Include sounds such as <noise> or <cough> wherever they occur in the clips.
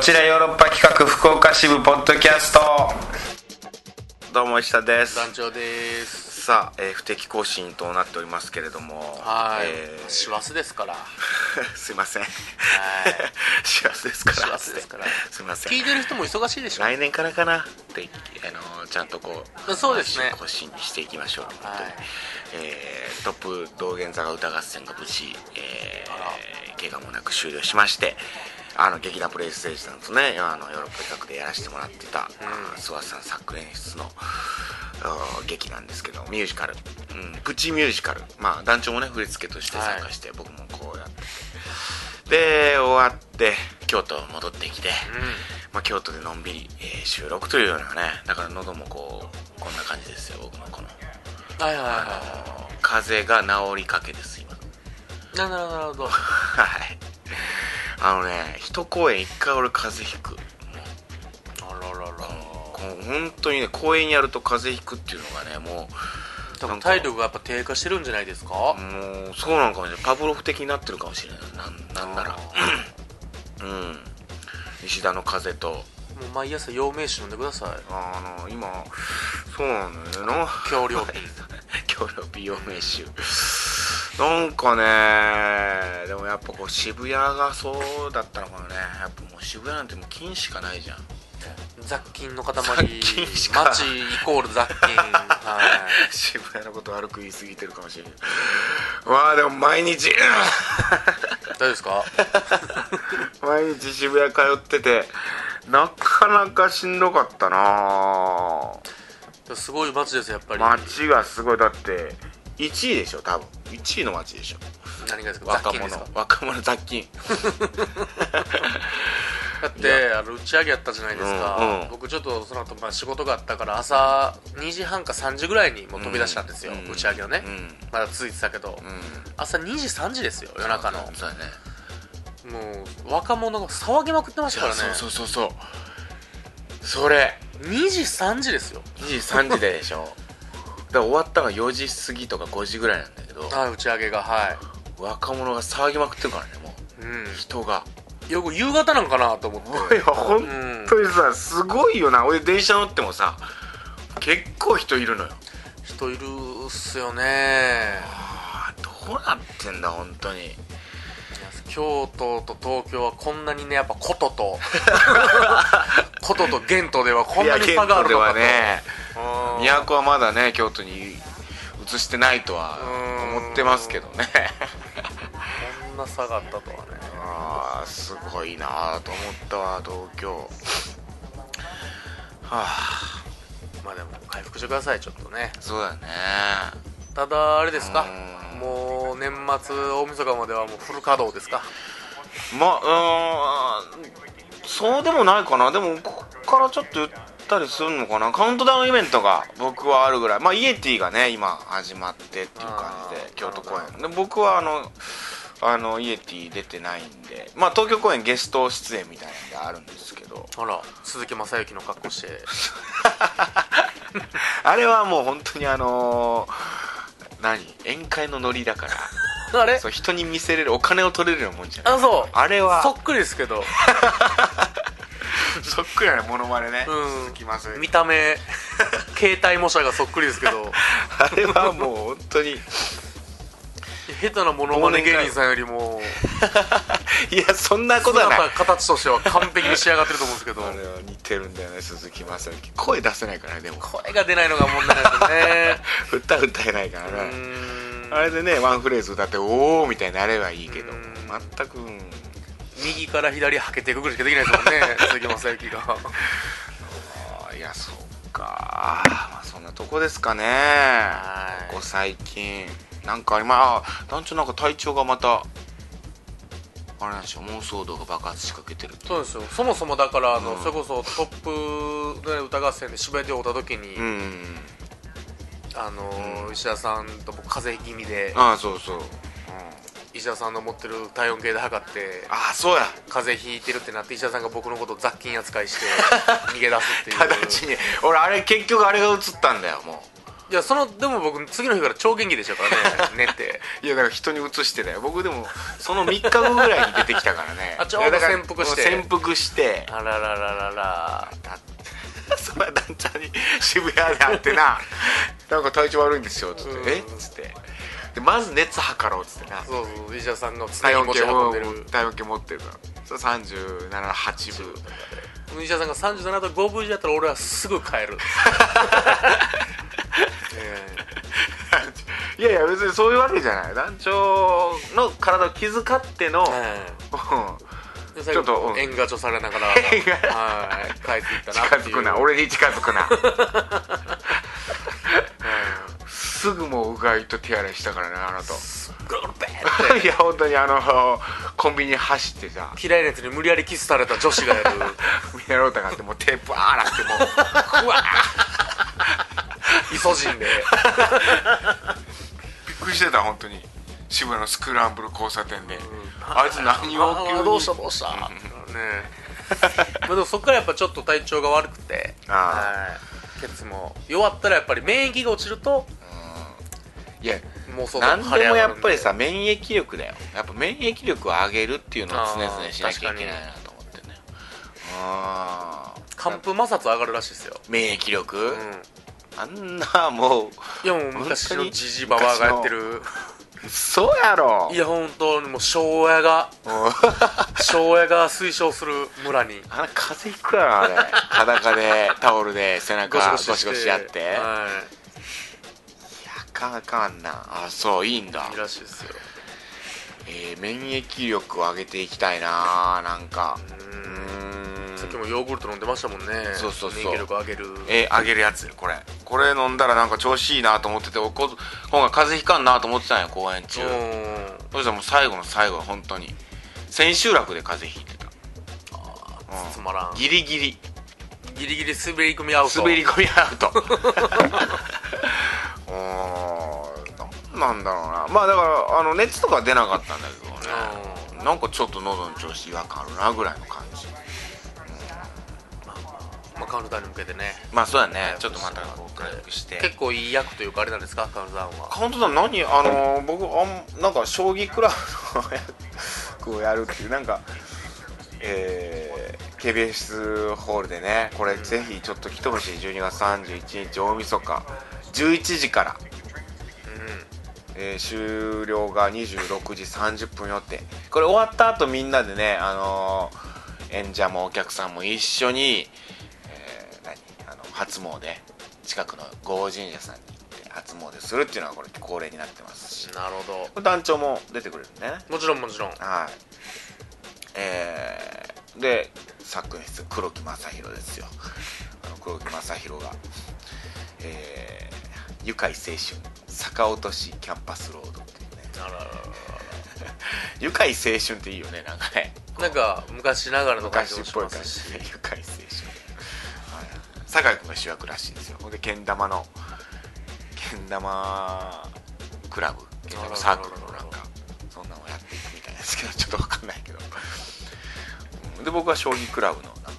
ちらヨーロッパ企画福岡支部ポッドキャストどうも石田です団長ですさあ、えー不適更新となっておりますけれどもはい、えー師走ですから <laughs> すいませ <laughs> んい師走ですから師走ですからすいません聞いてる人も忙しいでしょ来年からかなって、あのちゃんとこうそうですね更新にしていきましょう、はい本当にえートップ道玄坂歌合戦が無事、えあらー怪我もなく終了しましてあの劇団プレイステージさんとねあのヨーロッパ企画でやらせてもらってた諏訪、さん作演出のあー劇なんですけどミュージカル、うん、プチミュージカルまあ団長もね振り付けとして参加して、僕もこうやってで終わって京都戻ってきて、まあ、京都でのんびり、えー収録というようなねだから喉もこうこんな感じですよ僕もこのはいはいあはの風邪が治りかけです今いななるほどなるほど <laughs> はいあのね一公演一回俺風邪ひくあらららこう本当にね公演やると風邪ひくっていうのがねも多なん分か体力がやっぱ低下してるんじゃないですかうもうそうなのかもしれないパブロフ的になってるかもしれないなんなんならうん石田の風邪ともう毎朝陽明酒飲んでくださいあの今そうなのよな <laughs> 京料理今日の美容名集なんかねでもやっぱこう渋谷がそうだったのかなねやっぱもう渋谷なんてもう金しかないじゃん雑菌の塊雑街菌しイかコール <laughs> 雑菌は渋谷のこと悪く言い過ぎてるかもしれないまあでも毎日 <laughs> い大丈夫ですか毎日渋谷通っててなかなかしんどかったなすごい街ですやっぱり街がすごいだって1位でしょ多分1位の街でしょ何がですか雑若菌です者か若者雑菌だってあの打ち上げやったじゃないですか、うんうん僕ちょっとその後まあ仕事があったから朝2時半か3時ぐらいにもう飛び出したんですよ、うん打ち上げをね、うんまだ続いてたけど、うん朝2時3時ですよ夜中のもそうだねう若者が騒ぎまくってましたからねそうそうそうそうそれ2時3時ですよ2時3時でしょ <laughs> だから終わったのが4時過ぎとか5時ぐらいなんだけどはい打ち上げがは若者が騒ぎまくってるからねもいうんう人がよく夕方なんかなと思っていや本当にさすごいよな俺電車乗ってもさ結構人いるのよ人いるっすよねああどうなってんだ本当に京都と東京はこんなにねやっぱ古都 <laughs> と古都と玄都ではこんなに差があるでのかはとねうん都はまだね京都に移してないとは思ってますけどねこんな差があったとはねあーすごいなと思ったわ東京はあまあでも回復してくださいちょっとねそうだねただあれですかうんもう年末大晦日まではもうフル稼働ですかまあうーんそうでもないかなでもこっからちょっと言ったりするのかなカウントダウンイベントが僕はあるぐらいまあイエティがね今始まってっていう感じあでー京都公演で僕はあのあのイエティ出てないんでまあ東京公演ゲスト出演みたいなのがあるんですけ <laughs> どあら鈴木雅之の格好してあれはもう本当にあのー何宴会のノリだかあれらそう人に見せれるお金を取れるようなもんじゃないあそうあれはそっくりですけどそっくりなモノマネねうん続きます見た目 <laughs> 携帯模写がそっくりですけ <laughs> ど <laughs> あれはもう本当にい下手なモノマネ芸人さんよりも <laughs> やそんな <laughs> ことはない姿形としては完璧に仕上がってると思うんですけど <laughs> あれは似てるんだよね鈴木雅之声出せないからねでも声が出ないのが問題な <laughs> んですね歌歌えないかうらねーんあれでねワンフレーズ歌っておおみたいになればいいけどうん全くうん右から左はけていくぐらいしかできないですもんね <laughs> 鈴木雅之があーいやそうかまあそんなとこですかねいここ最近なんか今団長なんか体調がまたあれなんでしょう妄想動が爆発しかけてるってそうですよそもそもだからあの、うんそれこそトップで歌合戦で渋谷で会った時に、うんうんうんあのーうん石田さんと僕風邪気味でああそうそう、うん、石田さんの持ってる体温計で測ってああそうや風邪ひいてるってなって石田さんが僕のことを雑菌 <laughs> 扱いして逃げ出すっていう直ちに俺あれ結局あれが映ったんだよもういやそのでも僕次の日から超元気でしたから <laughs> ね寝ていやだから人に移してね僕でもその3日後ぐらいに出てきたからねあちょうどいやだから潜伏して潜伏してあらららららだそら団ちゃんに渋谷で会って <laughs> な「なんか体調悪いんですよ」つってう「んえっ?」つってでまず熱測ろう」っつってなそうそう医者さんが常体に温持計ちを運んでる体温計持ってるからそれ378分医者さんが37度5分以上やったら俺はすぐ帰 <laughs> る <laughs> え <laughs> いやいや別にそういうわけじゃない団長の体を気遣っての、うえんええでちょっと最後うん縁がちょされな <laughs> がら縁がはい帰っていった近なってづいうくな俺に近づくなうんすぐもううがいと手洗いしたからねあなたすっごいベーって <laughs> いや本当にあのコンビニ走ってさ嫌いなやつに無理やりキスされた女子が <laughs> やるミネロータがあってもうテープ洗ってもううわイソジンでびっくりしてた本当に渋谷のスクランブル交差点で、あいつ何を急あにーどうしたどうしたねえまあでもそこからやっぱちょっと体調が悪くてあはいケツも弱ったらやっぱり免疫が落ちるといや妄想何でもやっぱりさ免疫力だよやっぱ免疫力を上げるっていうのを常々しなきゃいけないなと思ってねあ寒風摩擦上がるらしいですよ、免疫力、うん、あんなもいやもう昔のジジババアがやってるうそうやろいや本当にもう昭和がもう昭和が推奨する村にあれ風邪ひくからあれ裸でタオルで背中ゴシゴゴシシゴゴシシやって、はいあかんあかんなあそういいんだいいらしいですよえー免疫力を上げていきたいななんかううんーんさっきもヨーグルト飲んでましたもんねそうそうそう免疫力上げるえー上げるやつこれこれ飲んだらなんか調子いいなと思ってておこ今回風邪ひかんなと思ってたんや公演中うんそしたらもう最後の最後は本当に千秋楽で風邪ひいてたあつまらんギリギリギリギリ滑り込みアウト滑り込みアウト <laughs> うーんなんなんだろうなまあだからあの熱とかは出なかったんだけどねなんかちょっと喉の調子違和感あるなぐらいの感じまあ、カウンターに向けてねまあそうだねちょっとまたこう回復して結構いい役というかあれなんですかカウンターはカウントダウン何あのー僕あんなんか将棋クラブのをやるっていうなんかえー KBS ホールでねこれぜひちょっと来てほしい12月31日大晦日11時から、えー終了が26時30分予定これ終わった後みんなでねあのー演者もお客さんも一緒に、えー何あの初詣近くの郷神社さんに行って初詣するっていうのがこれ恒例になってますしなるほこれ団長も出てくれるねどもちろんもちろんはいえーで作演室黒木正宏ですよあの黒木正宏がえー愉快青春坂落としキャンパスロードっていうねあららら愉快青春っていいよねなんかねらなんか昔ながらの感じ昔もっしぽいま感すじしで愉快青春はい酒井君が主役らしいんですよほんでけん玉のけん玉クラブけん玉サークルのなんかそんなのをやっていくみたいなんですけどちょっと分かんないけどうんで僕は将棋クラブのなんか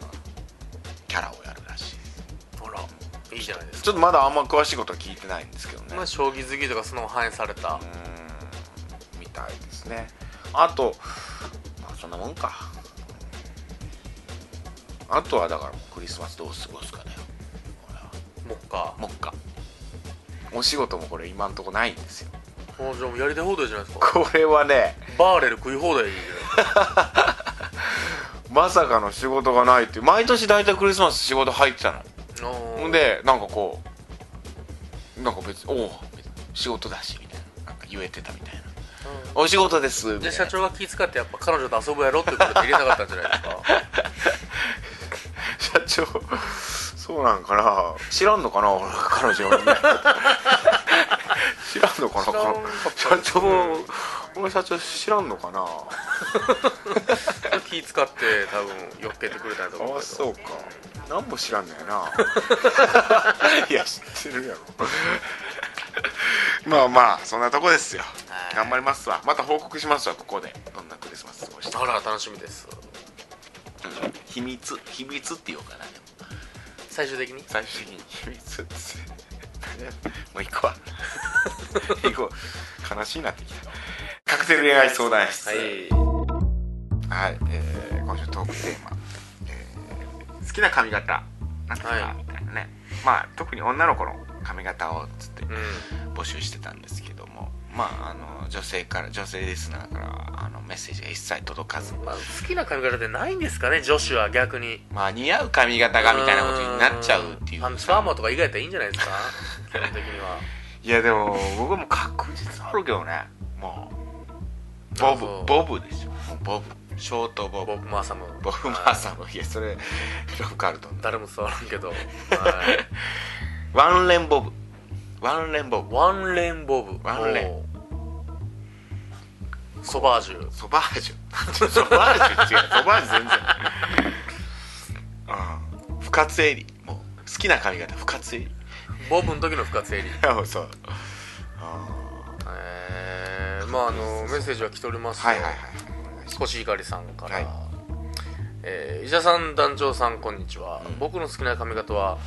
キャラをやるらしいですほらいいじゃないですちょかっとまだあんま詳しいことは聞いてないんですけどねまあ将棋好きとかその反映されたうーんみたいですねあとまあそんなもんかあとはだからクリスマスどう過ごすかねもっかもっかお仕事もこれ今んとこないんですよこのじゃあもうやりたい放題じゃないですかこれはねバーレル食い放題じゃないですかまさかの仕事がないっていう毎年大体クリスマス仕事入ってたのほほんでなんかこうなんか別におお仕事だしみたいななんか言えてたみたいなお仕事ですみたでい社な長が気遣ってやっぱ彼女と遊ぶやろってことで入れなかったんじゃないです <laughs> 社か長そうなんかな知らんのかな俺彼女ね知らんのかな知らんかった社長俺社長知らんのかな気遣って多分よっけてくれたんだと思うあけどそうか何も知らんのやないや知ってるやろまあまあそんなとこですよはい頑張りますわまた報告しますわここでどんなクリスマス過ごしたあら楽しみです秘密秘密って言おうかなでも最終的に最終的に秘密ってもう一 <laughs> 個は一個悲しいなってきたカクテル恋愛相談室ははいい、えー今週トークテーマ、えー好きな髪型なんですか、はいみたいなねまあ特に女の子の髪型をつってうん募集してたんですけどもまああの女性から女性リスナーからはあのメッセージが一切届かずまあ、好きな髪型ってないんですかね女子は逆にまあ似合う髪型がみたいなことになっちゃうっていんあのうスパーマさとか以外だったらいいんじゃないですか基本的 <laughs> にはいやでも僕はもう確実あるけどねもうボブあボブですよもうボブショートボブボブ・マーサムボブマーサムいやそれロブ・カルトンだ誰も伝わらんけど、はいワンレンボブワンレンボブワンレンボブワンレンおうソバージュソバージュソバージュ違うソバージュ全然 <laughs> うん不活エリもう好きな髪型不活エリボブの時の深津絵里いやもう <laughs> そうあえー、まああのメッセージは来ておりまーすよはいはいはいお願いし少しいかりさんから、はいえー医者さん団長さんこんにちは、うん僕の好きな髪型は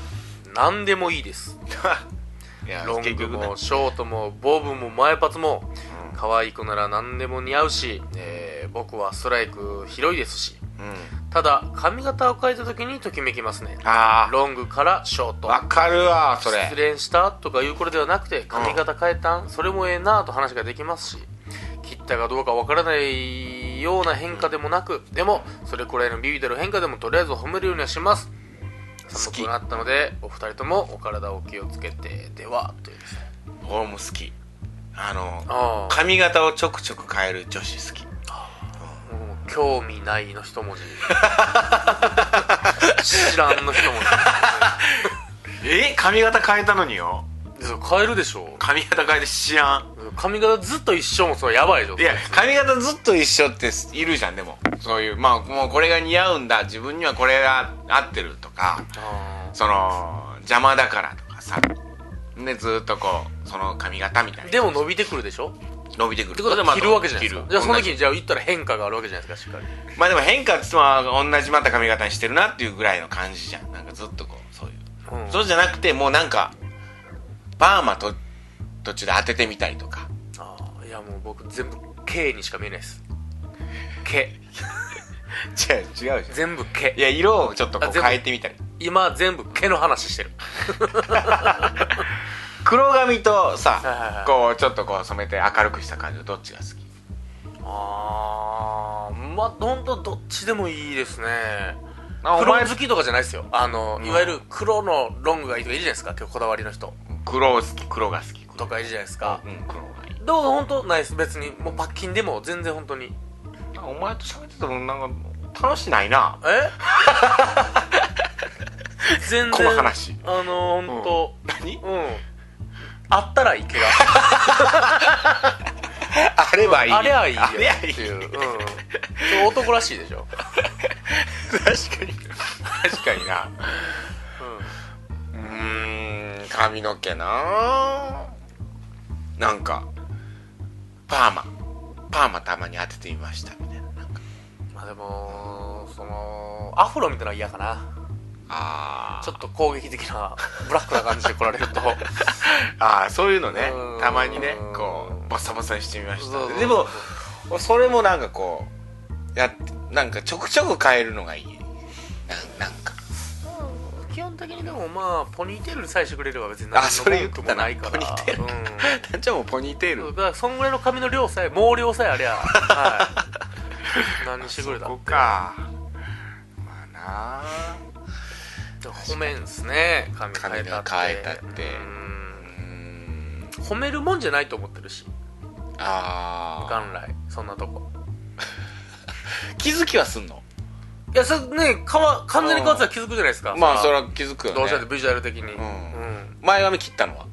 何でもいいですます <laughs> いやロン結グ局ねもショートもボブも前髪もう可愛い子なら何でも似合うし、えー僕はストライク広いですしんうんただ髪型を変えた時にときめきますねあロングからショーあトわかるわそ失れ恋したとかいうこれではなくて髪型変えたん、それもええなと話ができますし切ったかどうかわからないような変化でもなくでもそれくらいのビビたる変化でもとりあえず褒めるようにはします好寒きくなったのでお二人ともお体を気をつけてではというですね俺も好きあのああ髪型をちょくちょく変える女子好きもう興味ないの一文字知らんの一文え髪型変えたのによ字でそう変えるでしょ髪型変えて知らん髪型ずっと一緒もそれやばいでしょいや髪型ずっと一緒っているじゃんでもそういうまあもうこれが似合うんだ自分にはこれが合ってるとかあその邪魔だからとかさでずっとこうその髪型みたいあなでも伸びてくるでしょ伸びてくるってことはまあ着るわけじゃないですか着るじゃあその時同にじじゃあ言ったら変化があるわけじゃないですかしっかりまあでも変化っつっても同じまた髪型にしてるなっていうぐらいの感じじゃんなんかずっとこうそういううんそうじゃなくてもうなんかパーマと途中で当ててみたりとかああいやもう僕全部 K にしか見えないです <laughs> 毛違う違うじゃん全部い毛や色をちょっとこあう全部変えてみたり今全部毛の話してる黒髪とはいはいはさいこうちょっとこう染めて明るくした感じのどっちが好きああまあほんとどっちでもいいですねあお黒前好きとかじゃないですよあの、うんいわゆる黒のロングがいいとかいるじゃないですか結構こだわりの人黒好き黒が好きとかいるじゃないですか、うん黒がいいどうぞ本当ないです別にもうパッキンでも全然本当にお前と喋ってたのなんか楽しないな <laughs> え全然この話あのー、ほんと、何うんあったらいいけが <laughs> あればいいあれはいいよあれっはいいていう、うん、それ男らしいでしょ、確かに確かになうーん髪の毛ななんかパーマパーマたまに当ててみましたみたいななんかうん、まあでもそのアフロみたいなのは嫌かなあちょっと攻撃的なブラックな感じで来られる <laughs> とあーそういうのねうんたまにねこうボサボサにしてみましたででももそれもなんかこうやってなんかちょくちょく変えるのがいいなんなんか基本的にでもまあポニーテールさえしてくれれば別にあそれ言ってた文句なもないからポニーテールなんちゃんもポニーテーうん、ルだからそんぐらいの髪の量さえ毛量さえありゃ、 <laughs> はい、何してくれたってこかまあなあ褒めんすね髪変えたっ髪がて変えたってうんうーん褒めるもんじゃないと思ってるしあ元来そんなとこあ気づきはすんのいやそれねかわ完全に変わってたら気づくじゃないですかまあそれはは気づくよねどうしたってビジュアル的にうん、前髪切ったのは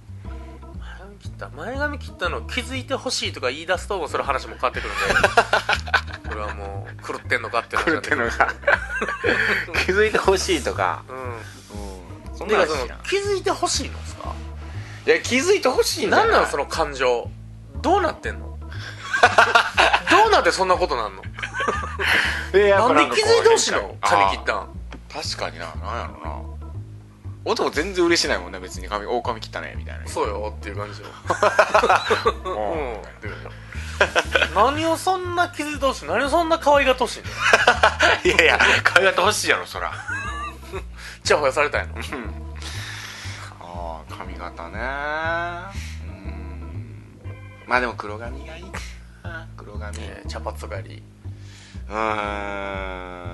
前髪切った前髪切ったの気づいてほしいとか言い出すともうそれ話も変わってくる <laughs> んでこれはもう狂ってんのかって来るってのが <laughs> 気づいてほしいとかうんそうんんなでんかはその知らん気づいてほしいのですかいや気づいてほしいんだ何なのそのの感情どうなってんのどうなってそんなことなんのなんで気づいてほしいの髪切ったん確かにななんやろ音も全然嬉しないもんね別に髪お髪切ったねみたいなそうよっていう感じよおうんっていう感じ何をそんな気づいてほしい何をそんな可愛がってほしいの <laughs> いやいや髪型欲しいやろそらちやほやされたんやのああ髪型ねうんまあでも黒髪がいいかな黒髪えー茶髪とかよりうーん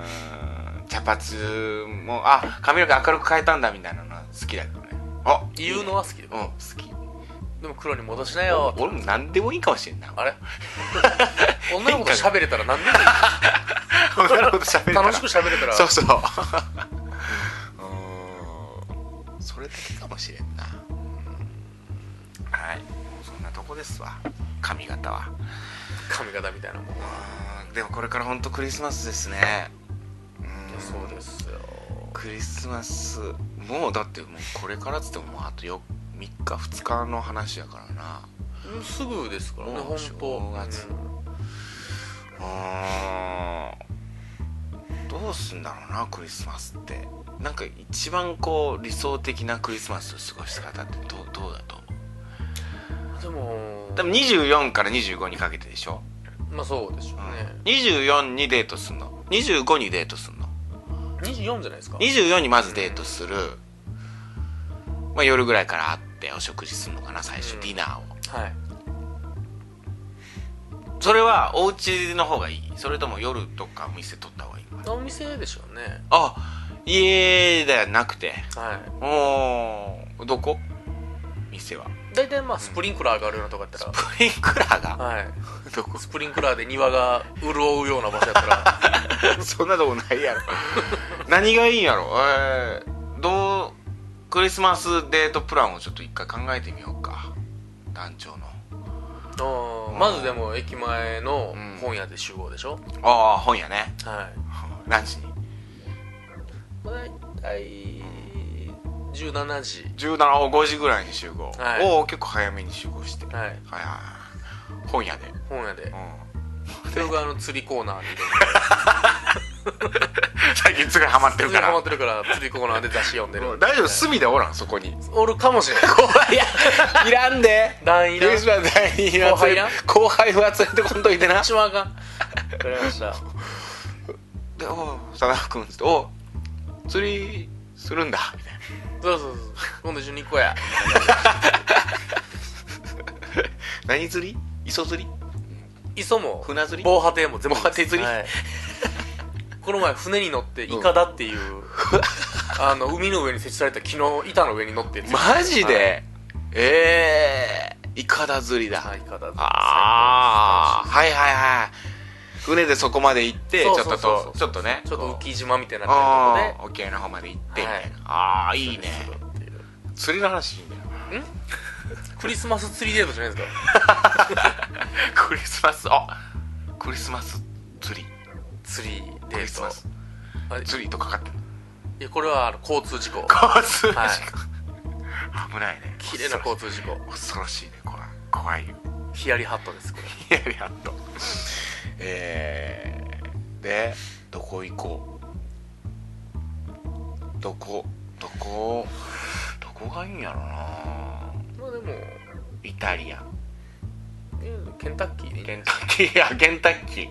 茶髪もあ髪の毛明るく変えたんだみたいなのは好きだけどねあ言うのは好きでうん好きでも黒に戻しなよ俺も何でもいいかもしれんなあれ <laughs> 女の子と喋れたら何 <laughs> でもいい女の子と喋れたら楽しく喋れたらそうそううーんそれだけかもしれんなうんはいそんなとこですわ髪型は髪型みたいなもんうーんでもこれから本当クリスマスですねうんそうですよクリスマスもうだってもうこれからっつってももうあとよ3日2日の話やからなすぐですからねも本う正当月うーんどうすんだろうなクリスマスってなんか一番こう理想的なクリスマスの過ごし方ってどうどうだと思うでも多分24から25にかけてでしょ、まあそうでしょううんね24にデートすんの25にデートすんの24じゃないですか24にまずデートする、まあ、夜ぐらいから会ってお食事するのかな最初、うんディナーをはいそれはお家の方がいいそれとも夜とかお店取った方がいいのかなお店でしょうねあ家ではなくてはいおーどこ店は <laughs> 大体まあスプリンクラーがあるようなとこやったらプリンクラーがはいどこ <laughs> スプリンクラーで庭が潤うような場所やった <laughs> らそんなとこない <laughs> やろ何がいいんやろえー、どうクリスマスデートプランをちょっと一回考えてみようか団長のうんまずでも駅前のうん本屋で集合でしょああ本やねはい何時にまあ大体17時17を5時ぐらいに集合、はいおお結構早めに集合して、はいはいはい本屋で、うん、 <laughs> 本屋 <laughs> でそれがあの釣りコーナーみ最近すごいハマったているかならハマってるから釣りコーナーで雑誌読んでう <laughs> るん大丈夫隅でおらんそこにおるかもしれない <laughs> いやいらんで団員 <laughs> いらんスマス第二は後輩いらん後輩は連れてこんといてな一番あかんわかりましたでおう佐々木君つって「おう釣りするんだ」 <laughs> みたいな <laughs> そうそうそう今度一緒に行こうや「何釣り磯釣り磯も船釣り防波堤も全部防波堤釣りはい <laughs> この前船に乗ってイカだっていう、 <laughs> あの海の上に設置された木の板の上に乗ってマジで、ええー、イカダ釣りだ、はいイカだああはいはいはい船でそこまで行ってちそょうっそうそとうそうとちょっとねちょっとこう浮島みたいな感じあでー沖合の方まで行ってみはたいいな、ああいいねするっていう釣りの話いいんだよクリスマス釣りデートじゃないですか <laughs> クリスマスあクリスマス釣り釣りデクリーストマスあれ釣りとかかってる <laughs> いやこれはあの交通事故交通事故、はい危ないね綺麗な交通事故恐ろしいね怖い怖いよヒヤリハットですこれいややっとえー、でどこ行こうどこどこどこがいいんやろなまあでもイタリアえケンタッキーでいいんじケゃンタッキーいないやケンタッキー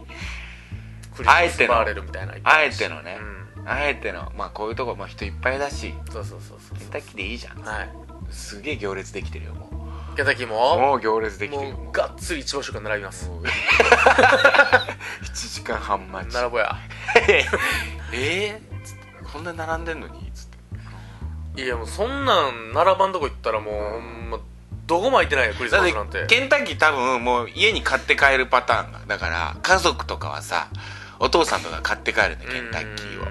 クリスマスあえてのバーレルみたいなあえてのねうんあえてのまあこういうとこ、まあ、人いっぱいだしそうそうそうそうケンタッキーでいいじゃんはいすげえ行列できてるよもケンタッキーうももう行列できてるよももううがっつり一番食から並びますもう7時間半待ち並ぼうやえー、つってこんな並んでんのにつっていやもうそんなん並ばんとこ行ったらもうほんまどこも空いてないよクリスだマスなんっててケンタッキー多分もう家に買って帰るパターンがだから家族とかはさお父さんとか買って帰るねケンタッキーをうん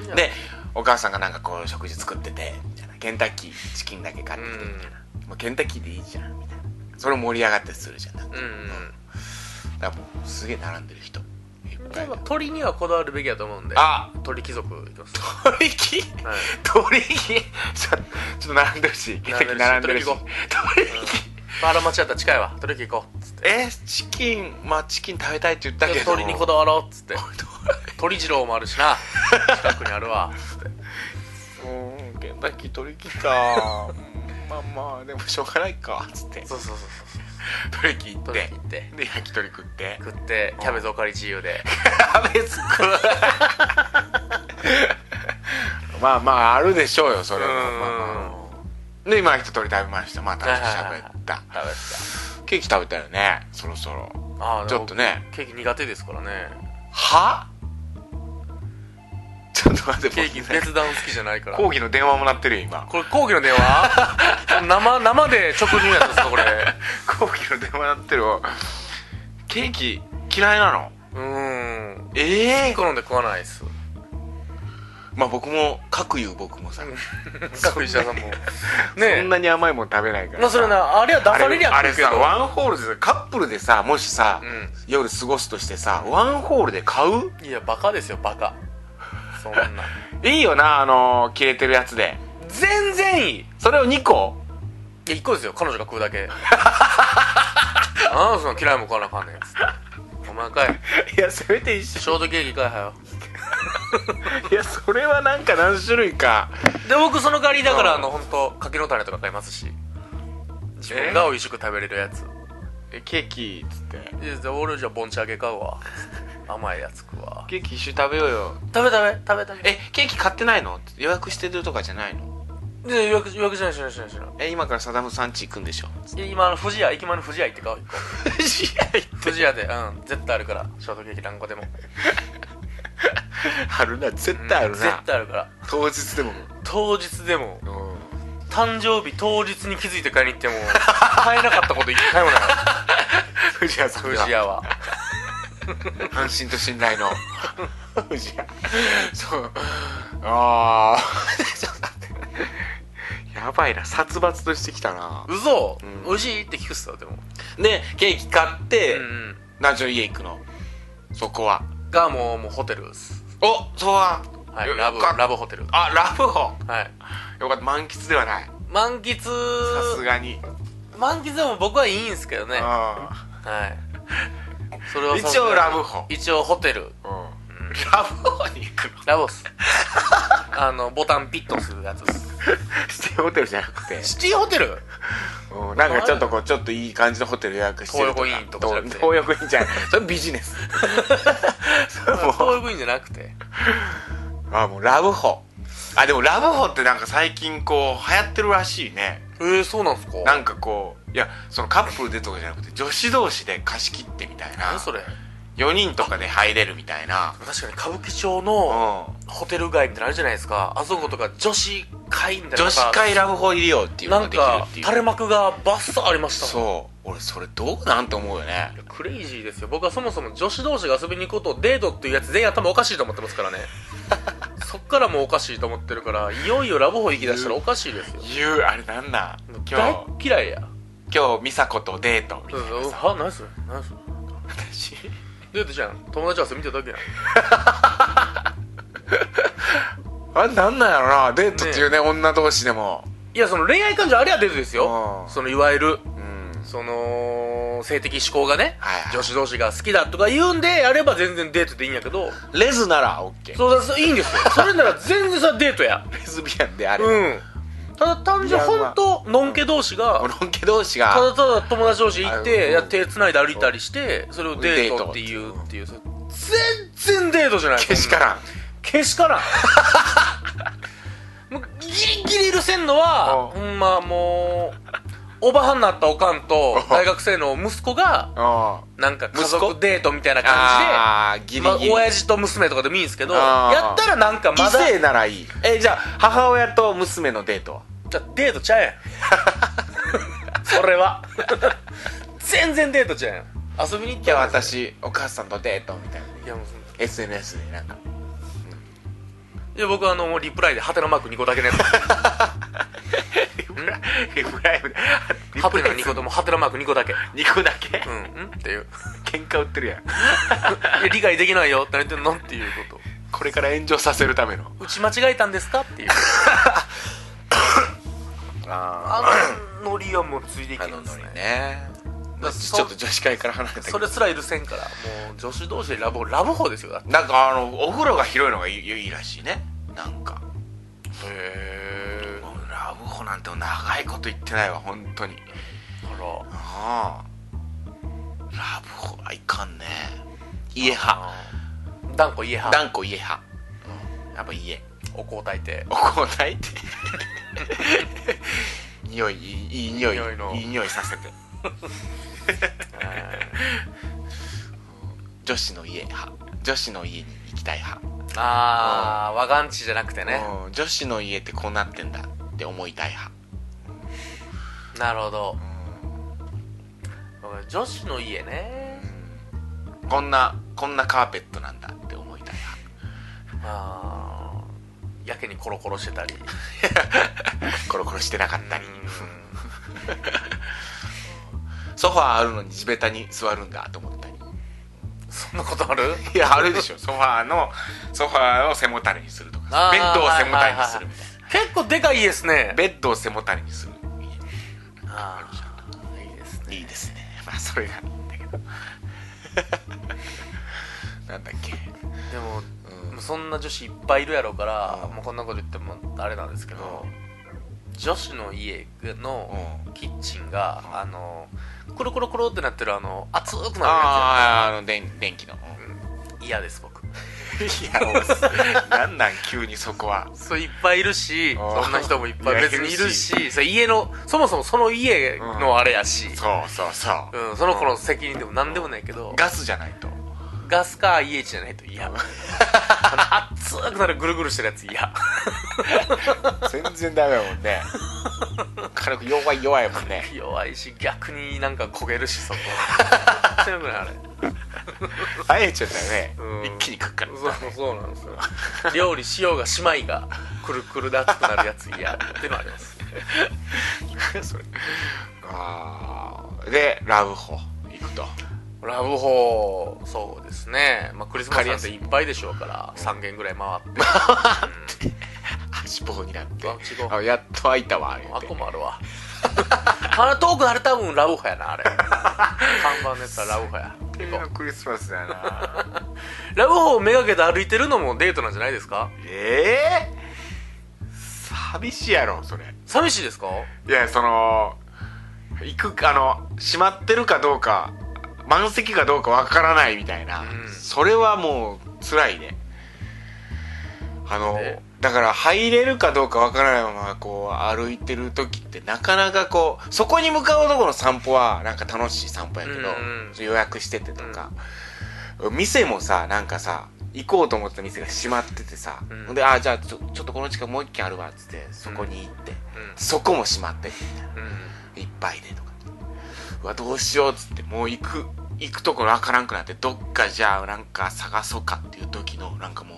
うんいやでお母さんがなんかこう食事作っててみたいなケンタッキーチキンだけ買ってきてみたいなもうケンタッキーでいいじゃんみたいなそれ盛り上がってするじゃんだうんうんからもうすげえ並んでる人いっぱやいっぱ鳥にはこだわるべきだと思うんであ鳥貴族いきます鳥貴はい鳥貴 <laughs> ちょちょっと並んでるしケンタッキー <laughs> 並んでるし並んで鳥貴まああら町やったら近いわ鳥貴行こうっつってえチキンまあチキン食べたいって言ったけど <laughs> 鳥にこだわろうっつって鳥二郎もあるしな近くにあるわうんケンタッキー取り切ったうんまあまあでもしょうがないかつってそうそうそうそう取り切って取り切ってで焼き鳥食って食ってキャベツおかわり自由でキャベツ食うまあまああるでしょうよそれはうんまあまあで今一通り食べましたまあ楽しく喋った食べてケーキ食べたよねそろそろたあーちょっとねケーキ苦手ですからねは <laughs> ちょっと待ってケーキ僕ね別段好きじゃないから講こ義の電話も鳴ってるよ今れ講義の電話 <laughs> 生生で直入やったんですかこれ講義の電話鳴ってるわケーキ嫌いなのうーんええ好んで食わない <laughs> っすまあ僕も各言う僕もさ、各石田さんもねそんなに甘いもん食べないからまあそれなあれは出あされりれゃあ食れうけどさワンホールでさカップルでさもしさ、うん夜過ごすとしてさワンホールで買ういやバカですよバカそんないいよなあのー切れてるやつで全然いいいそれを2個や1個ですよ彼女が食う <laughs> だけああその嫌いも食わなあかんねんつってお前かいいやせめて一ショートケーキかいはよいやそれはなんか何種類かで僕その代わりだからあの本当柿の種とか買いますし自分が美味しく食べれるやつえケーキっつっていやじゃあ俺じゃあぼんち揚げ買う <laughs> わ甘いやつ食うわケーキ一緒に食べようよ食べ食べ食べ食べえケーキ買ってないの予約してるとかじゃないので予約予約しないしないしないしないえ今からサダムさん家行くん <laughs> でしょえ今あの富士屋駅前の富士屋行って買う一 <laughs> 試個合富士屋でうん絶対あるからショートケーキ何個でもあるな絶対あるうんな、絶対あるから当日でも当日でもうん誕生日当日に気づいて買いに行っても買えなかったこと一回も <laughs> ない藤谷さん富が士屋は安心と信頼の <laughs> 藤谷そうああちょっと待って <laughs> やばいな殺伐としてきたな嘘、うん美味しいって聞くっすよでもでケーキ買って、うん男女家行くのそこはがもうもうホテルですおそうは、はいよラブよかっラブホテルあラブホはいよかった満喫ではないさ満喫すがに満喫でも僕はいいんすけどねはあいそれはさす一がに応ラブホ一応ホテルーうんラブホに行く <laughs> のラボっすあのボタンピッとするやつですシティホテルじゃなくてシティホテルうんなんかちょっとこうちょっといい感じのホテル予約してるとか東横インとかじゃなくて東横インじゃないそれビジネ <laughs> スそれも東部院じゃなくてう <laughs> あもうラブホあでもラブホってなんか最近こう流行ってるらしいねえー、そうなんすかなんかこういやそのカップルでとかじゃなくて女子同士で貸し切ってみたいな何それ4人とかで入れるみたいな確かに歌舞伎町うのんホテル街みたいなのあるじゃないですかあそことか女子会みたいな女子会ラブホ入れようっていうのがなんできるかっていう垂れ幕がバッサありましたもんそう俺それどうなんて思うよねクレイジーですよ僕はそもそも女子同士が遊びに行くことをデートっていうやつ全員頭おかしいと思ってますから <laughs> ねそっからもうおかしいと思ってるからいよいよラブホ行き出したらおかしいですよ言うあれなんだ今大日っ嫌いや今日美佐子とデートみたそうそいうなさは何それ何それ私デートじゃん友達遊びに行っただけやんあれなんなんやろなデートっていうね女同士でもいやその恋愛感情あれはデートですようんそのいわゆるうんその性的指向がね、はいはい女子同士が好きだとか言うんでやれば全然デートでいいんやけどレズなら OK そうだそういいんですよ <laughs> それなら全然さデートやレズビアンであれば、うんただ単純いやま本あ当のんけ同士がロンケ同士がただただ友達同士行っあうてんいや手つないで歩いたりしてそれをデートってデいーうトっっていうそれ全然デートじゃないけしからんけ <laughs> しからんもうギリギリ許せんのはうほんまもうおばはんなったおかんと大学生の息子があなんか家息子族デートみたいな感あーギリじでまあギリ、親父と娘とかでもいいんですけどあーやったらなんかま異だ性ならいいえじゃあ母親と娘のデートはじゃあデートちゃうやん <laughs> それは全然デートちゃうやん遊びに行っいたやら私お母さんとデートみたいないやもう SNS でなんかいや僕はあのもうリプライでハテナマーク2個だけ <laughs> のやつリプライリプライブでハテナ2個ともハテナマーク2個だけ2個だけうんうんっていう <laughs> 喧嘩売ってるやんいや理解できないよって言ってんのっていうここれから炎上させるためのと打ち間違えたんですかっていうああのノリはもうついていあけのるノんですねリねまあちょっと女子会から離れたけそどれすら許せんからもう女子同士でラブホラブホですよだってなんかあのお風呂が広いのがいいいいらしいねなんかへえもうラブホなんて長いこと言ってないわ本当にあああラブホはいかんね家派ら断固家派断固家派やっぱ家お香炊いてお香炊いて <laughs> 匂いいいいい匂いいい匂いのいい匂いさ <laughs> せて女子の家派女子の家に行きたい派、ああ和がんちじゃなくてねうん女子の家ってこうなってんだって思いたい派なるほど女子の家ねうんこんなこんなカーペットなんだって思いたい派 <laughs> ああやけにコロコロしてたりコロコロしてなかったりうソファーあるのに地べたに座るんだと思ったりんそんなことあるいやあるでしょソファーのソファーを背もたれにするとあかーベッドを背もたれにするみたい結構でかい家ですねなベッドを背もたれにするああいいですねいいですねまあそれがいいんだけど <laughs> なんだっけでもうんもうそんな女子いっぱいいるやろうから、うんもうこんなこと言ってもあれなんですけど、女子の家のキッチンが、うんあのコロコロコロってなってるあの熱くなあーあの電電気のるやつ嫌です僕いやもうなんなん急にそこはそういっぱいいるしあーそんな人もいっぱいいや別にいいるるししそう家のそもそもその家のあれやし、そうそうそううんその子の責任でも何でもないけどガスじゃないとガスか IH じゃないと嫌熱くなるぐるぐるしてるやつ嫌全然ダメやもんね軽く弱い弱いもんね弱いし逆になんか焦げるしそこ強くないあれあえちゃんだねうん一気に食っからそうそうなんですよ <laughs> 料理しようがしまいがくるくるだ熱くなるやつ嫌ってのありますそれあーでラブホ行くとラブホーそうですね、まあ、クリスマスなんていっぱいでしょうから3軒ぐらい回って足棒になってあ足棒あやっと開いたわ言あっってこもある <laughs> わあの遠くあれ多分ラブホやなあれ看板のやつはラブホや行こうクリスマスだなラブホをめがけて歩いてるのもデートなんじゃないですかええ寂しいやろそれ寂しいですかいやその行くかあの閉まってるかどうか満席かどうかわからないみたいな、うんそれはもう辛いねあのでだから入れるかどうかわからないままこう歩いてる時ってなかなかこうそこに向かうとこの散歩はなんか楽しい散歩やけど、うんうん予約しててとか、店もさなんかさ行こうと思った店が閉まっててさ、うんほんであじゃあちょちょっとこの近くもう一軒あるわっつってそこに行って、うそこも閉まっててんうんいっぱいでとかうわどうしようっつってもう行く行くところわからんくなってどっかじゃあなんか探そうかっていう時のなんかも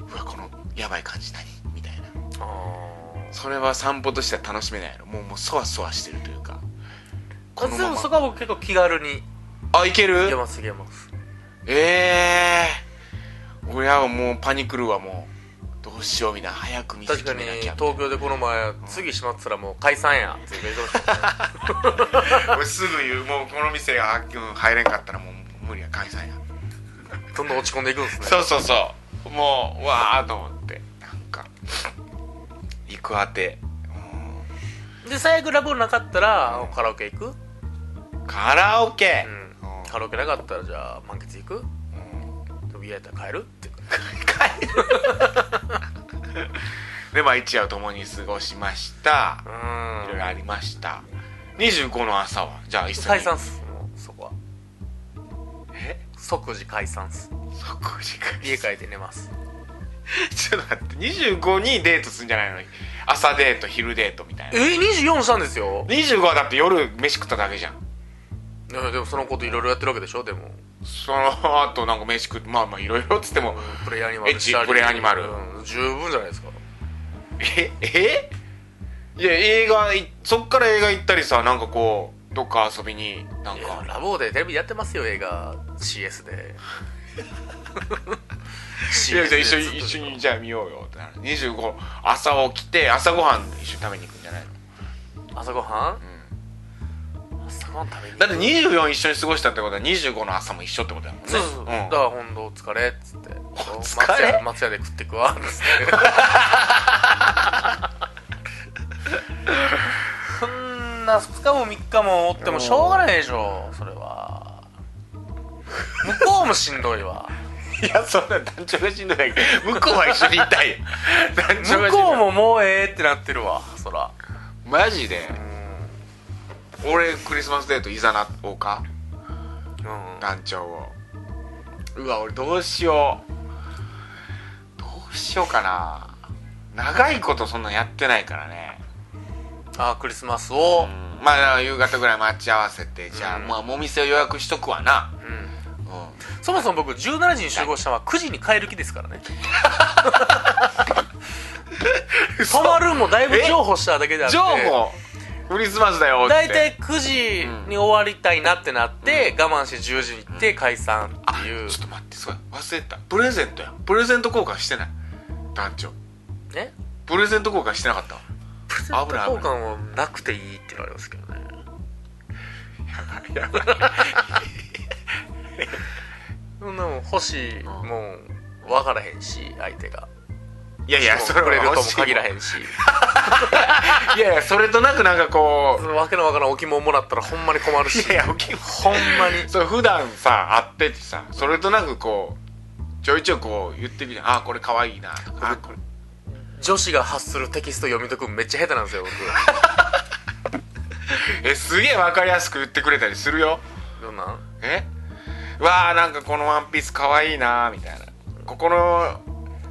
ううわこのやばい感じ何みたいなあーそれは散歩としては楽しめないのもうもうそわそわしてるというかこのでまもそまこは僕結構気軽にあ行けいけるますいけますええー、俺はもうパニクるわもうどうしようみたいな早く見せ確てかにみなきゃ東京でこの前次閉まってたらもう解散 <laughs> やって言ってましたね俺すぐ言う <laughs> もうこの店がうん入れんかったらもう無理や解散やどんどん落ち込んでいくんですねそうそうそうもううわーと思ってなんか行くあてうで最悪ラブなかったら、カラオケ行く、んカラオケう、んうんカラオケなかったらじゃあ満喫行くうんでも嫌やったら帰るっていうかでまあ一夜を共に過ごしましたういろいろーんありました25の朝はじゃあ一緒に解散っすもうそこはえ即時解散っすそこ時間家帰って寝ますちょっと待って25にデートするんじゃないの朝デート昼デートみたいえな24したんですよ25はだって夜飯食っただけじゃんでもでもそのこといろいろやってるわけでしょでもその後なんか飯食ってまあまあいろいろっつってもプレイアニマルエッチしたりプレイアニマルうん十分じゃないですかええいや映画いそっから映画行ったりさなんかこうどっか遊びになんいやかラボーでテレビでやってますよ映画 CS でいやじゃあ一緒 CS にで一ずっ緒にじゃあ見ようよってなる25朝起きて朝ごはん一緒に食べに行くんじゃないの、と朝ごはうん朝ごはん食べにん、だって24一緒に過ごしたってことは25の朝も一緒ってことだもんねそうそうそう、だんから本当お疲れっつって疲れ <laughs> 松屋松屋で食ってくわっつってな2日も3日もおってもしょうがないでしょそれは向こうもしんどい <laughs> わ <laughs> いやそんな団長がしんどいだけ向こうは一緒にいた <laughs> いよ団長が向しんどこいうももうええってなってるわそらマジでうん俺クリスマスデートいざなおうかうん団長をうわ俺どうしようどうしようかな長いことそんなんやってないからねあクリスマスをまあだから夕方ぐらい待ち合わせてじゃあ、うんまあもみせを予約しとくわなうん <laughs> うそもそも僕17時に集合したのは9時に帰る気ですからね泊まるもだいぶ譲歩しただけであんってジョーもクリスマスだよって大体9時に終わりたいなってなって、我慢して10時に行って解散っていう、ちょっと待ってそうや忘れてたプレゼントやプレゼント交換してない団長ねプレゼント交換してなかったわプレゼント危ない交換はなくていいって言われますけどねやばいそんなもん欲しいもん分からへんし相手がいやいやそれくれるとも欲しい限らへんしいやいやそれとなくなんかこそのわけのわからん置物もらったらほんまに困るういしやいやきいほんまにそれ普段さ会っててさそれとなくこうちょいちょいこう言ってみてあーこれ可愛いなとかあーこれ女子が発するテキスト読み解くのめっちゃ下手なんですよ僕えすげえ分かりやすく言ってくれたりするよどんなんえわあなんかこのワンピース可愛いなみたいなここの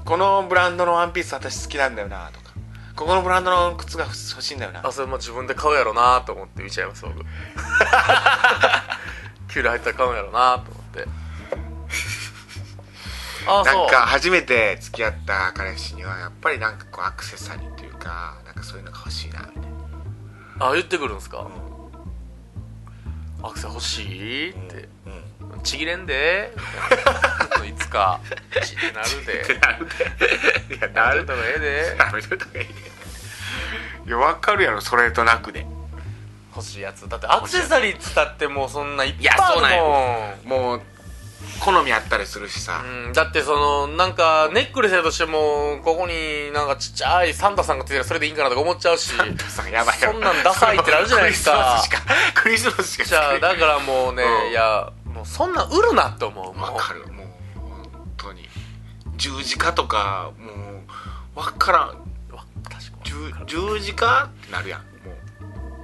このブランドのワンピース私好きなんだよなとかここのブランドの靴が欲しいんだよなあそれも自分で買うやろなと思って見ちゃいます僕給料入ったら買うんやろなと思ってあそうなんか初めて付き合った彼氏にはやっぱりなんかこうアクセサリーというかなんかそういうのが欲しいなみたいなあ言ってくるんですか、アクセ欲しいって、ちぎれんでみたいないつかちってなるでなるで <laughs> いやななるるとがええでやめといた方がいいね <laughs> いや分かるやろそれとなくで欲しいやつだってアクセサリーっつったってもうそんないっやぱいあそうなんるよもんもう好みあったりするしさ、うんだってそのなんかネックレスやとしてもここになんかちっちゃいサンタさんがついてるそれでいいんかなとか思っちゃうしさやばいやろそんなんダサいってなるじゃないですかクリスマスしかクリスマスしか <laughs> じゃあだからもうね、うんいやもうそんなん売るなって思うもう分かるもう本当に十字架とかもう分からんわ確かに十十字架ってなるやんも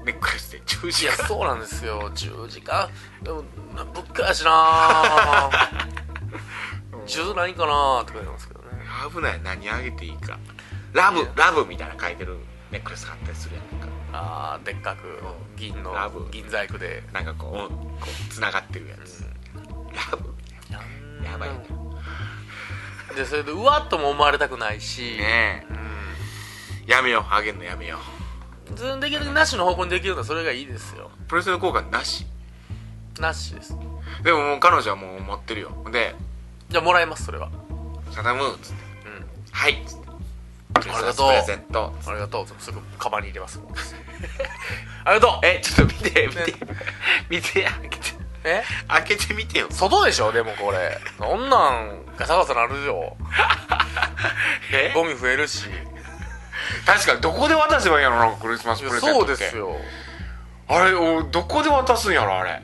うネックレスで十い字や架そうなんですよ10時間でもなぶっかやしな10ないんかなとか言いますけどね危ない何あげていいかラブいやラブみたいな書いてるネックレス買ったりするやんなんかあーでっかく銀のラブ銀細工でなんかこう,、こう繋がってるやつ、ラブやばいねでそれでうわっとも思われたくないし、ねうんえやめようあげんのやめよずーできるだけなしの方向にできるのはそれがいいですようプレゼント交換なしなしですでももう彼女はもう持ってるよでじゃあもらいますそれは「頼む」っつってうん「はい」っつって「クリスありマがスとうプレゼント」ありがとうすぐカバンに入れますも <laughs> んありがとうえちょっと見て見て見て開けてえ開けてみてよ外でしょでもこれそんなんガサガサなるよえゴミ増えるし確かにどこで渡せばいいんやろなんかクリスマスプレゼントってそうですよあれおどこで渡すんやろあれ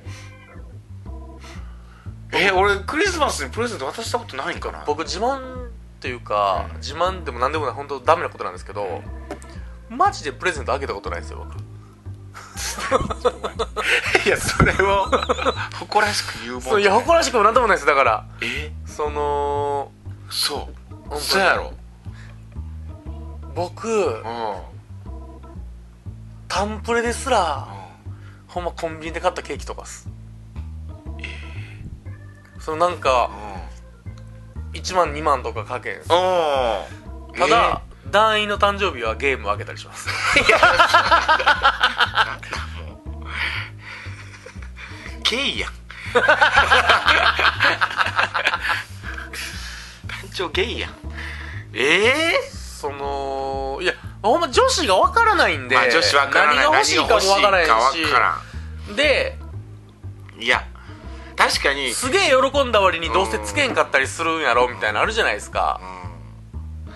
え俺クリスマスにプレゼント渡したことないんかな僕自慢っていうか自慢でも何でもない本当ダメなことなんですけどマジでプレゼント開けたことないんですよ僕 <laughs> いやそれを誇らしく言うもそうんいじやゃない誇らしくも何でもないですだからえそのそう当にそうやろ僕うタンプレですんらほんまコンビニで買ったケーキとかっすそのなんかうん1万2万とかかけんすうんただ、団員の誕生日はゲームをあげたりしますえー、ゲ <laughs> イやん団長ゲイやんええそのいやほんま女子がわからないんで、まあ女子わからない何が欲しいかもわから何がへん欲ししいかわからでんいや確かにすげえ喜んだ割にどうせつけんかったりするんやろみたいなのあるじゃないですか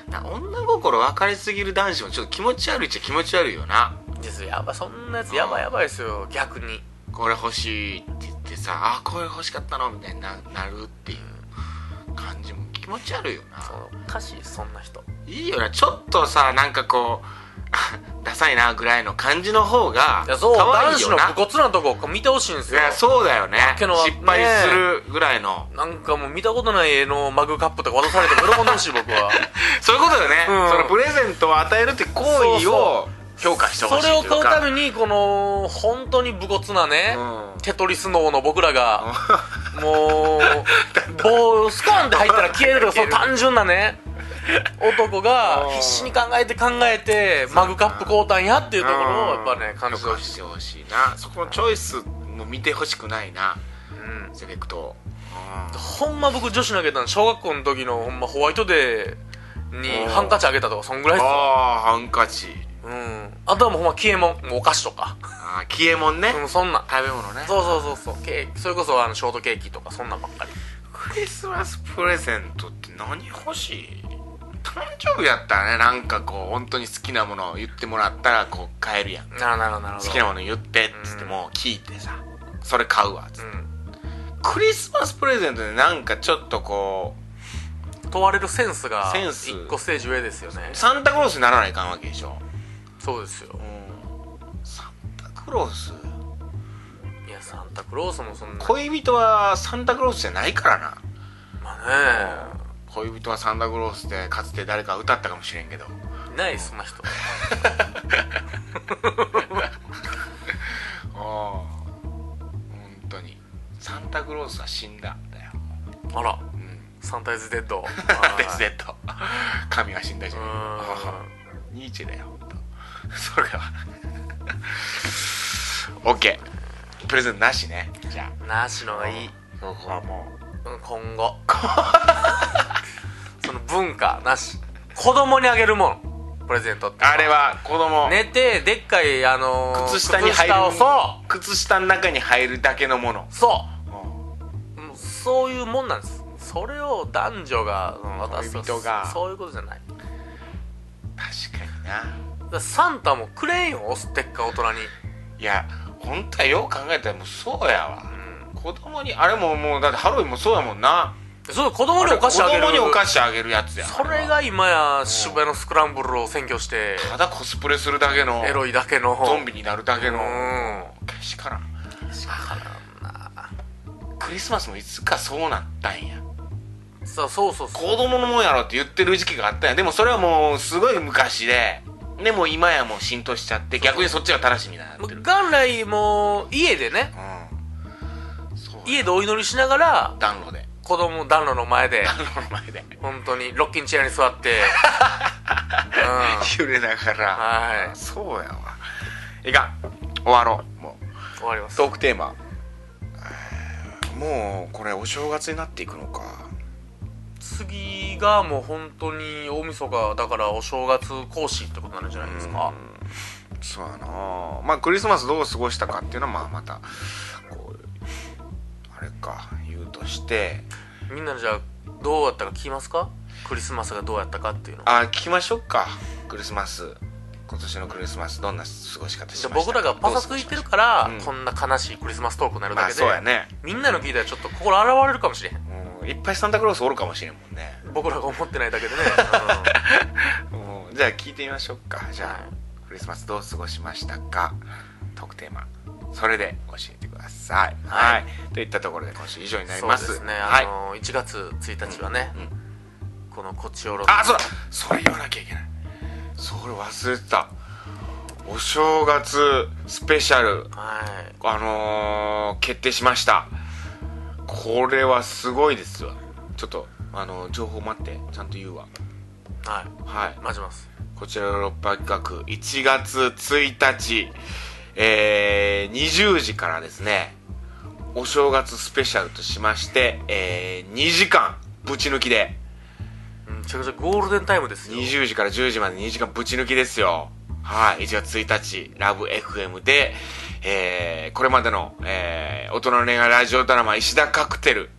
うんな女心分かりすぎる男子もちょっと気持ち悪いっちゃ気持ち悪いよなですよやばそんなやつやばいやばいですよ逆にこれ欲しいって言ってさあこれ欲しかったのみたいにななるっていう感じも気持ち悪いよなそうおかしいそんな人いいよなちょっとさなんかこう <laughs> ダサいなぐらいの感じの方がいやそう可愛い男子よのな武骨なとこ見てほしいんですいよやそうだよねけのは失敗するぐらいの、なんかもう見たことない絵のマグカップとか渡されても喜んでほしい僕はそういうことだよね、うんそのプレゼントを与えるって行為を評価してそほしいれをとい買ううかためにこの本当に武骨なね、うんテトリス脳の僕らがもう棒スコーンって入ったら消えるとかその単純なね男がうん必死に考えて考えてマグカップ交換やっていうところをやっぱね感じて評ほ価しいしてほしいなそこのチョイスも見てほしくないなうんセレクトを、ほんま僕女子にあげたの小学校の時のほんまホワイトデーにハンカチあげたとかそんぐらいっすよああハンカチうんあとはもうほんま消えもんもうお菓子とかあー消えもんね、うんそんなん食べ物ねそうそうそうそうケーキそれこそあのショートケーキとかそんなんばっかりクリスマスプレゼントって何欲しい誕生日やったらねなんかこう本当に好きなものを言ってもらったらこう買えるやん好なるなるなるきなもの言ってっつってうんもう聞いてさそれ買うわっつってうんクリスマスプレゼントでなんかちょっとこ問われるセンスがセンス一個ステージ上ですよねうサンタクロースにならないかんわけでしょそうですようんサンタクロースいやサンタクロースもそんな恋人はサンタクロースじゃないからなまあ恋人はサンタクロースでかつて誰か歌ったかもしれんけどねいないそんな人ああ本当にサンタクロースは死んだんだよあらうん <laughs> サンタイズデッ <laughs> ドデスデッド神は死んだじうゃんーんニーチェだよほんと <laughs> それは <laughs> オッケープレゼントなしねじゃなしのあがいいそこはもうん今 <laughs> 後その文化なし子供にあげるものプレゼントっうてあれは子供寝てでっかいあのー靴下に入る靴下をそ靴下の中に入るだけのものうそうもうそういうもんなんですそれを男女がうん渡すと恋人がそういうことじゃない確かになだからサンタもくれんよおステッカー大人にいや本当はよう考えたらもうそうやわう子供にあれももうだってハロウィンもそうやもんなそう子供にお菓子あげる子供にお菓子あげるやつやそれが今や渋谷のスクランブルを占拠してただコスプレするだけのエロいだけのゾンビになるだけうのんけしからんクリスマスもいつかそうなったんやさあそうそうそう子供のもんやろって言ってる時期があったんやでもそれはもうすごい昔ででもう今やもう浸透しちゃって逆にそっちが正しいみたいになってる元来もう家でねうんそう家でお祈りしながら暖炉で子供暖炉の前で暖炉の前で本当にロッキンチェアに座って <laughs> 揺れながらはいそうやわいかん終わろうもううん終わりますトークテーマえーもうこれお正月になっていくのか次がもう本当に大晦日だからお正月講師ってことになるんじゃないですかうんそうやなまあクリスマスどう過ごしたかっていうのはまあまたこうあれか言うとしてみんなじゃあどうやったか聞きますかクリスマスがどうやったかっていうのあ聞きましょうかクリスマス今年のクリスマスどんな過ごし方しじましたゃあか僕らがパサついてるから、どう過ごしましたこんな悲しいクリスマストークになるまだあけで、そうやね、みんなの聞いたらちょっと心洗われるかもしれへんうん、いっぱいサンタクロースおるかもしれんもんね僕らが思ってないだけでね、うんじゃあ聞いてみましょうかじはゃあクリスマスどう過ごしましたか特テーマそれで教えてくださいは、はいといったところで今週以上にうんなりそうでますすね、はいあの1月1日はね、うんこのこっちおろあそうだそれ言わなきゃいけないそれ忘れてたお正月スペシャルはいあのー、決定しましたこれはすごいですわちょっとあの情報待ってちゃんと言うわはいはい待ちますこちらヨーロッパ企画1月1日、えー、20時からですね、お正月スペシャルとしまして、えー、2時間ぶち抜きで、めちゃくちゃゴールデンタイムですよ20時から10時まで2時間ぶち抜きですよ。はい、1月1日、ラブ FM で、えー、これまでの、えー、大人の恋愛ラジオドラマ、石田カクテル、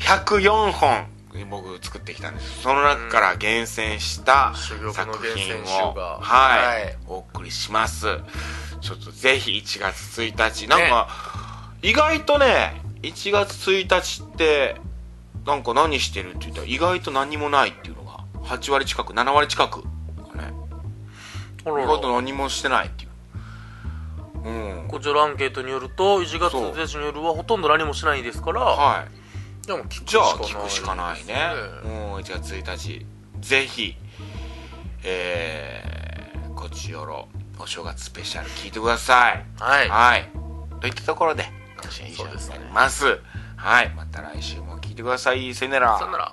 104本、僕作ってきたんですその中から厳選した珠玉の作品を、厳選集がはいはいお送りしますちょっとぜひ1月1日なんか、意外とね1月1日ってなんか何してるって言ったら意外と何もないっていうのが8割近く7割近く、ね、あ意ら外とら何もしてないっていううんこちらアンケートによると1月そう1日によるはほとんど何もしないですから、はいじゃあもう聞くじゃあし聞くしかかなないいですねね。うん、1月1日、ぜひ、えー、こちよろ、お正月スペシャル聞いてください。はい。はい。といったところで、今週は以上そうですにねなります。はい。また来週も聞いてください。さよならさよなら。